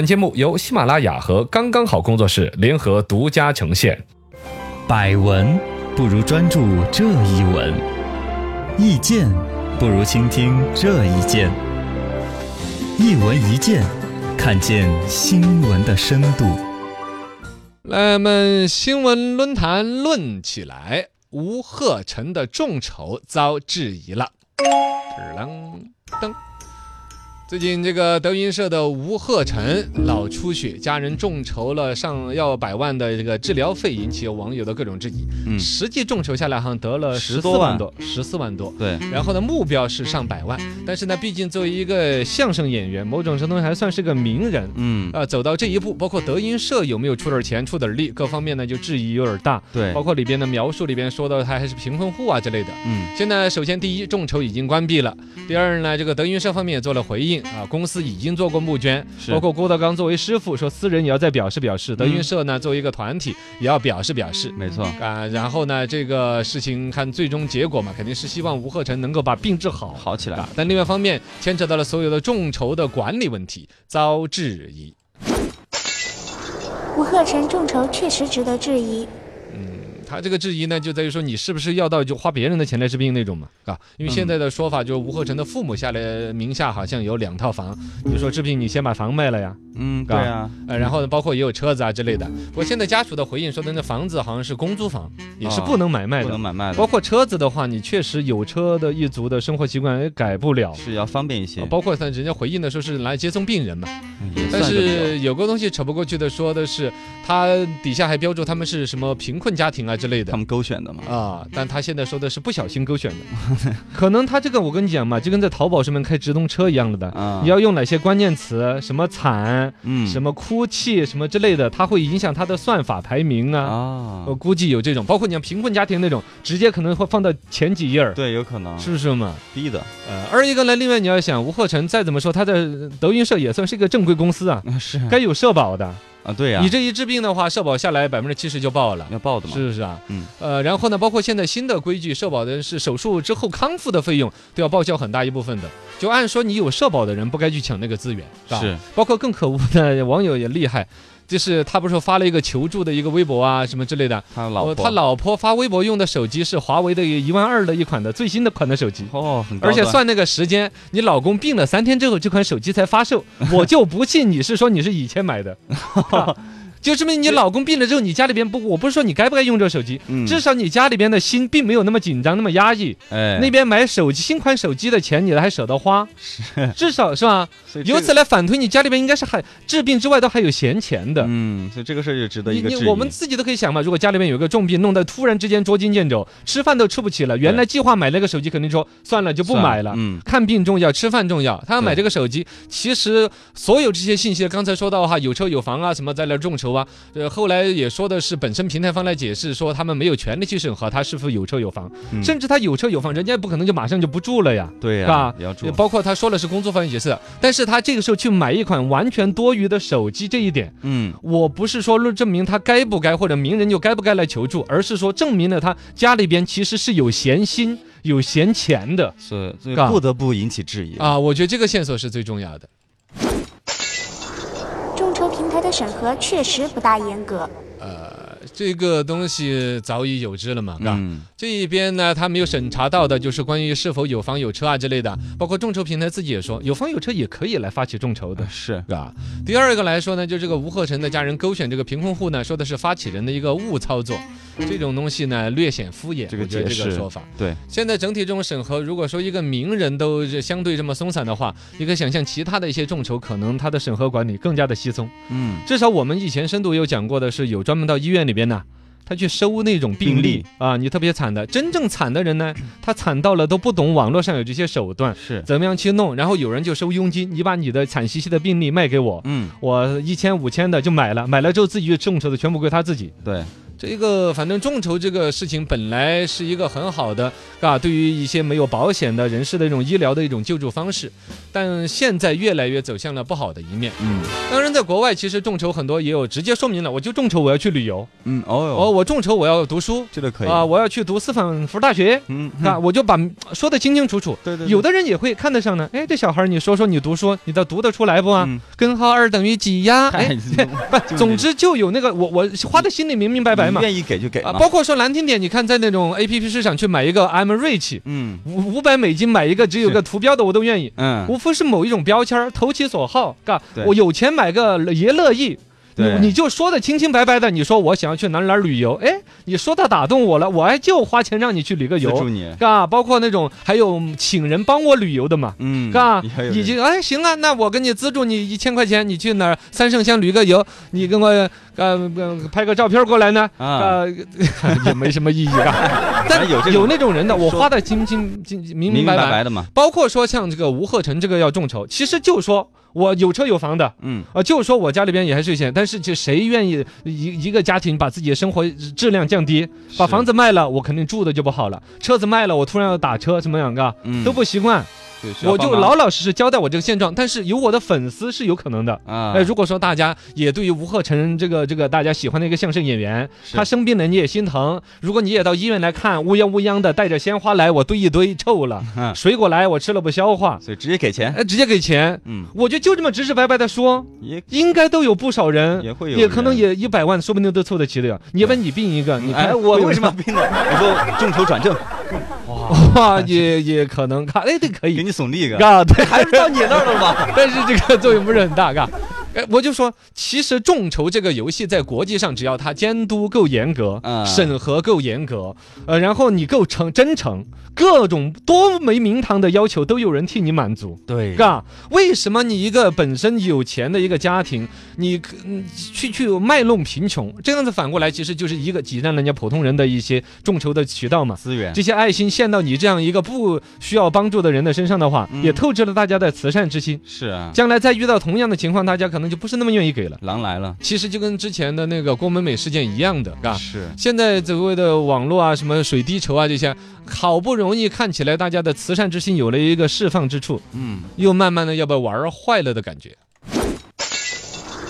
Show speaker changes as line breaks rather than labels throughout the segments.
本节目由喜马拉雅和刚刚好工作室联合独家呈现。
百闻不如专注这一闻，意见不如倾听这一见。一闻一见，看见新闻的深度。
来，我们新闻论坛论起来，吴鹤臣的众筹遭质疑了。啷当。最近这个德云社的吴鹤臣老出血，家人众筹了上要百万的这个治疗费，引起网友的各种质疑。
嗯
实际众筹下来好像得了
十
十四
多万
万多，十四万多。
对，
然后呢，目标是上百万，但是呢，毕竟作为一个相声演员，某种程度上还算是个名人，
嗯，
呃，走到这一步，包括德云社有没有出点钱、出点力，各方面呢就质疑有点大。
对
包括里边的描述里边说到他还是贫困户啊之类的。
嗯，
现在首先第一，众筹已经关闭了；第二呢，这个德云社方面也做了回应啊，公司已经做过募捐，
是
包括郭德纲作为师傅说私人也要再表示表示，德云社呢作为一个团体也要表示表示。
没错，
啊，然后呢，这个事情看最终结果嘛，肯定是希望吴鹤臣能够把病治好。
好起来
啊，但另外一方面牵扯到了所有的众筹的管理问题，遭质疑。
吴鹤臣众筹确实值得质疑。
他这个质疑呢，就在于说你是不是要到就花别人的钱来治病那种嘛，啊？因为现在的说法就是吴鹤臣的父母下来名下好像有两套房，你说治病你先把房卖了呀，
嗯，对啊，
呃，然后呢，包括也有车子啊之类的。不过现在家属的回应说的那房子好像是公租房，也是不能买卖
不能
的。
买卖的
包，括车子的话，你确实有车的一族的生活习惯也改不了。
是要方便一些
啊，包括像人家回应的说是来接送病人嘛，
也
但
算
是有个东西扯不过去的，说的是他底下还标注他们是什么贫困家庭啊之类的
他。们勾选的嘛，
啊，但他现在说的是不小心勾选的，可能他这个我跟你讲嘛，就跟在淘宝上面开直通车一样了的。
啊，
你要用哪些关键词，什么惨、
嗯
什么哭泣、什么之类的，它会影响它的算法排名啊。
啊
我，估计有这种，包括你像贫困家庭那种，直接可能会放到前几页儿，
对，有可能
是不是嘛？
低的，
呃，二一个呢，另外你要想，吴鹤臣再怎么说，他在德云社也算是一个正规公司啊，
啊是
该有社保的。
啊，对呀
你，这一治病的话，社保下来百分之七十就报了。
要报的嘛，
是不是啊？
嗯，
呃，然后呢，包括现在新的规矩，社保的是手术之后康复的费用都要报销很大一部分的。就按说你有社保的人不该去抢那个资源，吧
是
包括更可恶的网友也厉害，就是他不是发了一个求助的一个微博啊什么之类的，
他老
呃
婆，
他老婆发微博用的手机是华为的一万二的一款的最新的款的手机。
哦，很高
而且
端
算那个时间，你老公病了三天之后，这款手机才 发售。我就不信你是说你是以前买的，啊就证明你老公病了之后，你家里边不，我不是说你该不该用这手机，
嗯
至少你家里边的心并没有那么紧张，那么压抑。
哎
那边买手机新款手机的钱，你还舍得花，至少是吧？
所以这
由
个
此来反推，你家里边应该是还治病之外都还有闲钱的。
嗯，所以这个事儿就值得
你
一个质
你
疑。
我们自己都可以想嘛，如果家里面有一个重病，弄得突然之间捉襟见肘，吃饭都吃不起了，原来计划买那个手机，肯定说算了就不
算
买了。
嗯，
看病重要，吃饭重要。他要买
对
这个手机，其实所有这些信息，刚才说到哈，有车有房啊，什么在那儿众筹啊，呃，后来也说的是本身平台方来解释说他们没有权利去审核他是否有车有房，
嗯
甚至他有车有房，人家也不可能就马上就不住了呀。
对
是
呀
吧，
也要注
也
意。
包括他说了是工作方面解释，但是他这个时候去买一款完全多余的手机，这一点
嗯，
我不是说论证明他该不该或者名人就该不该来求助，而是说证明了他家里边其实是有闲心、有闲钱的
是，所以
嘎
不得不引起质疑。
啊。我觉得这个线索是最重要的。
众筹平台的审核确实不大严格。
这个东西早已有之了嘛，嘎、
嗯，
这一边呢，他没有审查到的就是关于是否有房有车啊之类的，
嗯
包括众筹平台自己也说，有房有车也可以来发起众筹的。
是，
啊，第二个来说呢，就这个吴鹤臣的家人勾选这个贫困户呢，说的是发起人的一个误操作，这种东西呢略显敷衍，
这个
我觉得
解
这个
释
说法。
对，
现在整体这种审核，如果说一个名人都是相对这么松散的话，你可以想象其他的一些众筹，可能他的审核管理更加的稀松。
嗯，
至少我们以前深度有讲过的是，有专门到医院里边呢，他去收那种病
病
例
例嗯
啊，你特别惨的，真正惨的人呢，他惨到了都不懂网络上有这些手段，
是，
怎么样去弄，然后有人就收佣金，你把你的惨兮兮的病例卖给我。
嗯，
我一千五千的就买了，买了之后自己众筹的全部归他自己，
对，
这个反正众筹这个事情本来是一个很好的，啊，对于一些没有保险的人士的一种医疗的一种救助方式，但现在越来越走向了不好的一面。
嗯
当然，在国外其实众筹很多也有直接说明了，我就众筹我要去旅游，
嗯，哦哟，
哦，我众筹我要读书
这个可以
啊，，我要去读斯坦福大 学，
嗯，
啊，
嗯
我就把说的清清楚楚。
对对，
有的人也会看得上呢，哎，这小孩儿你说说你读书，你倒读得出来不啊？
嗯
根号二等于几 呀？哎，
太，
不，总之就有那个我我花的心里明明白白
你
嘛。
愿意给就给
啊，
嘛
包括说难听点，你看在那种 A P P 市场去买一个 I'm rich
嗯
五五百美金买一个只有个图标的我都愿意，
嗯，
无非是某一种标签儿，投其所好，嘎
对，
我有钱买个爷乐意。你
对
你就说的清清白白的，你说我想要去哪儿哪儿旅游，哎，你说到打动我了，我还就花钱让你去旅个
资
游
助，你，
嘎，包括那种还有请人帮我旅游的嘛，
嗯，
嘎
你还有，
已
人
经哎行啊，那我给你资助你一千块钱，你去哪儿三圣乡旅个游，你跟我呃呃拍个照片过来呢，
啊，
呃 也没什么意义 啊。但
有这种
有那种人的，我
说
花的清清清明
明明
白
白白的嘛，
包括说像这个吴鹤臣这个要众筹，其实就说我有车有房的。
嗯，
啊，就说我家里边也还是有钱，但是这谁愿意一一个家庭把自己的生活质量降低，把
是
房子卖了，我肯定住的就不好了，车子卖了，我突然要打车，什么样的
嗯
都不习惯，
对需要
我就
帮忙
老老实实交代我这个现状。但是有我的粉丝是有可能的。
啊，
哎，如果说大家也对于吴鹤臣这个这个大家喜欢的一个相声演员，
是
他生病了你也心疼，如果你也到医院来看，乌泱乌泱的带着鲜花来，我堆一堆臭了，
嗯
水果来我吃了不消化，
所以直接给钱，
哎，直接给钱。
嗯，
我就就这么直直白白的说，
也
应该都有不少人，
也会有
也可能
人
也一百万，说不定都凑得齐的呀。你问你病一个，你
哎，
看
我
会有
为什 么病呢？我说众筹转正，
哇，也也可能看，哎，这可
给
以，
你 耸立一个，
嘎，对，
还是到你那儿了吧？
但是这个作用不是很大，嘎。哎，我就说，其实众筹这个游戏在国际上，只要它监督够严格，
嗯
审核够严格，呃，然后你够诚真诚，各种多没名堂的要求都有人替你满足。
对
嘎，为什么你一个本身有钱的一个家庭，你可嗯去去卖弄贫穷，这样子反过来其实就是一个挤占人家普通人的一些众筹的渠道嘛。
资源，
这些爱心献到你这样一个不需要帮助的人的身上的话，
嗯
也透支了大家的慈善之心。
是啊，
将来再遇到同样的情况，大家可能就不是那么愿意给了。
狼来了，
其实就跟之前的那个郭美美事件一样的，嘎。
是，
现在所谓的网络啊，什么水滴筹啊这些，好不容易看起来大家的慈善之心有了一个释放之处，
嗯，
又慢慢的要被玩坏了的感觉。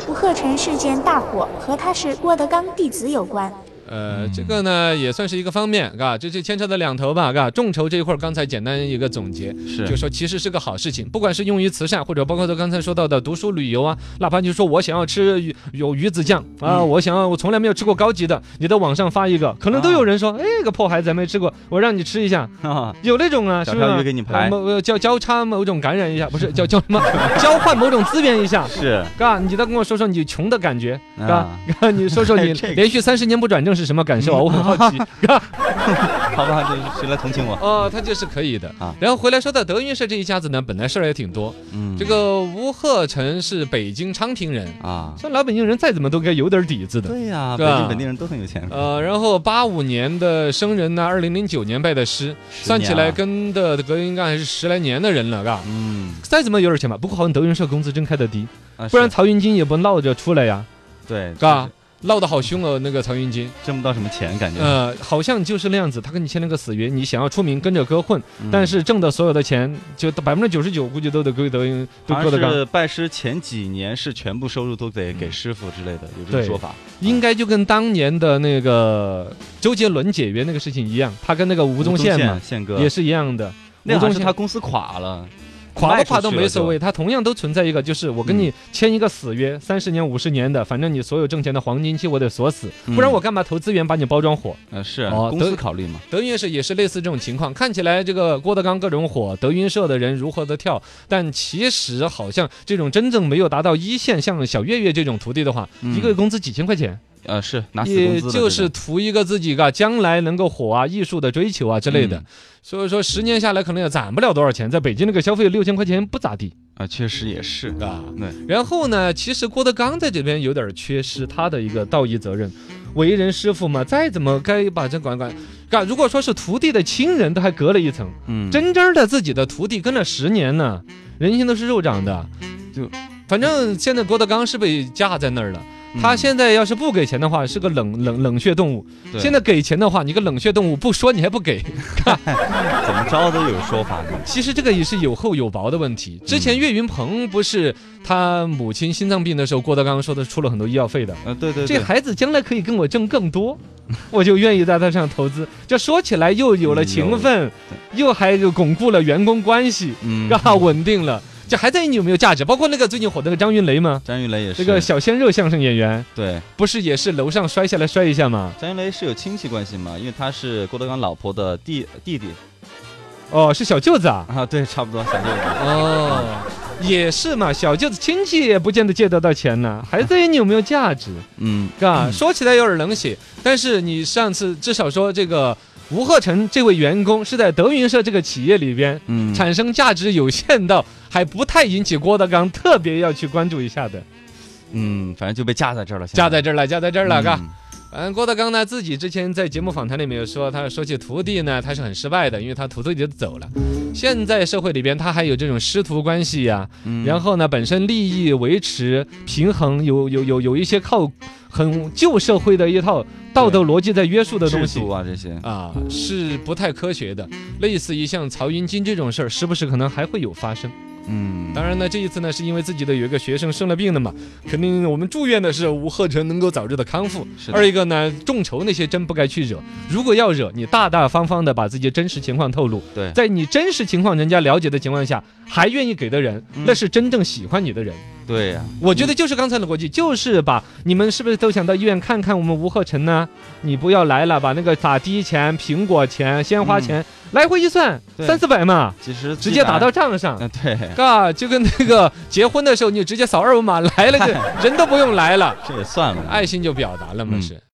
吴鹤臣事件大火和他是郭德纲弟子有关。
呃，
嗯
这个呢也算是一个方面，嘎，这这牵扯到两头吧，嘎。众筹这一块儿刚才简单一个总结，
是，
就说其实是个好事情，不管是用于慈善，或者包括他刚才说到的读书旅游啊，哪怕就说我想要吃鱼有鱼子酱啊，
嗯
我想要我从来没有吃过高级的，你在网上发一个，可能都有人说，哎，这个破孩子还没吃过，我让你吃一下，
啊，
有那种啊，
小
是不是
条
啊？
鱼给你排
呃某呃交交叉某种感染一下，不是叫 叫什么？交换某种资源一下。
是
嘎，你再跟我说说你穷的感觉，嘎
啊，
嘎，你说说 你
这个
连续三十年不转正是什么感受啊？我很好奇， 嘎，
好吧，这谁来同情我？
哦，他就是可以的
啊。
然后回来说到德云社这一家子呢，本来事儿也挺多。
嗯，
这个吴鹤臣是北京昌平人，
啊，
像老北京人再怎么都该有点底子的。
对呀，
对
北
啊
京本地人都很有钱，
呃，然后八五年的生人呢，二零零九年拜的师，
十
算
年
起来
啊，
跟的德云干还是十来年的人了，嘎。
嗯，
再怎么有点钱吧，不过好像德云社工资真开的低，
啊
不然
是
曹云金也不闹着出来呀，
对，
嘎，闹得好凶哦，那个曹云金，
挣不到什么钱，感觉，
呃，好像就是那样子，他跟你签了个死约，你想要出名跟着哥混，
嗯
但是挣的所有的钱，就百分之九十九估计都得归德云，都
好
郭德
像
纲。
是拜师前几年是全部收入都得给师傅之类的，有这种
对
说法。
应该就跟当年的那个周杰伦解约那个事情一样，他跟那个吴宗宪嘛
宪哥
也是一样的。
那
吴
好像是
宗
他
宪
公司垮了，
垮
卖
不
出
垮都
去
没
了
所
就
谓，他同样都存在一个，就是我跟你签一个死约，三十年、五十年的，反正你所有挣钱的黄金期我得锁死，不然
嗯
我干嘛投资源把你包装火？
呃是
哦
公
德
司考虑嘛，
德云社也是类似这种情况，看起来这个郭德纲各种火，德云社的人如何的跳，但其实好像这种真正没有达到一线，像小岳岳这种徒弟的话，
嗯
一个月工资几千块钱，
呃是拿死工
也
资的
就是
这种
图一个自己个将来能够火啊、艺术的追求啊之类的。
嗯
所以说，十年下来可能也攒不了多少钱，在北京那个消费六千块钱不咋地
啊确实也是，
啊。
对，
然后呢，其实郭德纲在这边有点缺失他的一个道义责任。为人师傅嘛，再怎么该把这管管，啊，如果说是徒弟的亲人，都还隔了一层，
嗯
真真儿的自己的徒弟跟了十年呢，人心都是肉长的，
就
反正现在郭德纲是被架在那儿了。
嗯
他现在要是不给钱的话，是个冷冷冷血动物。
对
现在给钱的话，你个冷血动物不说你还不给，
怎么着都有说法的。
其实这个也是有厚有薄的问题。之前岳云鹏不是他母亲心脏病的时候，郭德纲说的出了很多医药费的。
呃，对对对，
这孩子将来可以跟我挣更多， 我就愿意在他身上投资。这说起来又
嗯
有了情分，又还又巩固了员工关系，
嗯，
然后稳定了。这还在你有没有价值？包括那个最近火的那个张云雷嘛，
张云雷也是
那个小鲜肉相声演员，
对，
不是也是楼上摔下来摔一下吗？
张云雷是有亲戚关系嘛，因为他是郭德纲老婆的弟弟弟
哦，是小舅子啊。
啊，对，差不多，想这个，
哦，也是嘛，小舅子亲戚也不见得借得到钱呢，还在于你有没有价值，
嗯，
嘎、说起来有点冷血，但是你上次至少说这个吴鹤成这位员工是在德云社这个企业里边。
嗯
产生价值有限到还不太引起郭德纲特别要去关注一下的，
嗯，反正就被架在这儿了，现在
架在这儿了，架在这儿了，嘎、
嗯
嗯，郭德纲呢自己之前在节目访谈里面有说，他说起徒弟呢，他是很失败的，因为他徒弟就走了。现在社会里边，他还有这种师徒关系呀、
嗯
然后呢，本身利益维持平衡，有有有有一些靠很旧社会的一套道德逻辑在约束的东
制
西
度。啊这些，
啊，是不太科学的。类似于像曹云金这种事儿，时不时可能还会有发生。
嗯，
当然呢，这一次呢，是因为自己的有一个学生生了病了嘛，肯定我们祝愿的是吴鹤成能够早日的康复。
是的
二一个呢，众筹那些真不该去惹。如果要惹，你大大方方的把自己的真实情况透露。
对
在你真实情况人家了解的情况下，还愿意给的人，
嗯
那是真正喜欢你的人。
对呀，
我觉得就是刚才的逻辑，就是把你们是不是都想到医院看看我们吴鹤成呢？你不要来了，把那个打的钱、苹果钱、鲜花钱、来回一算，
嗯对
三四百嘛，
其实
直接打到，账上。
嗯，对，
嘎，就跟那个结 婚的时候，你就直接扫二维码来了，就人都不用来了，
这也算了，
爱心就表达了嘛，
嗯
是。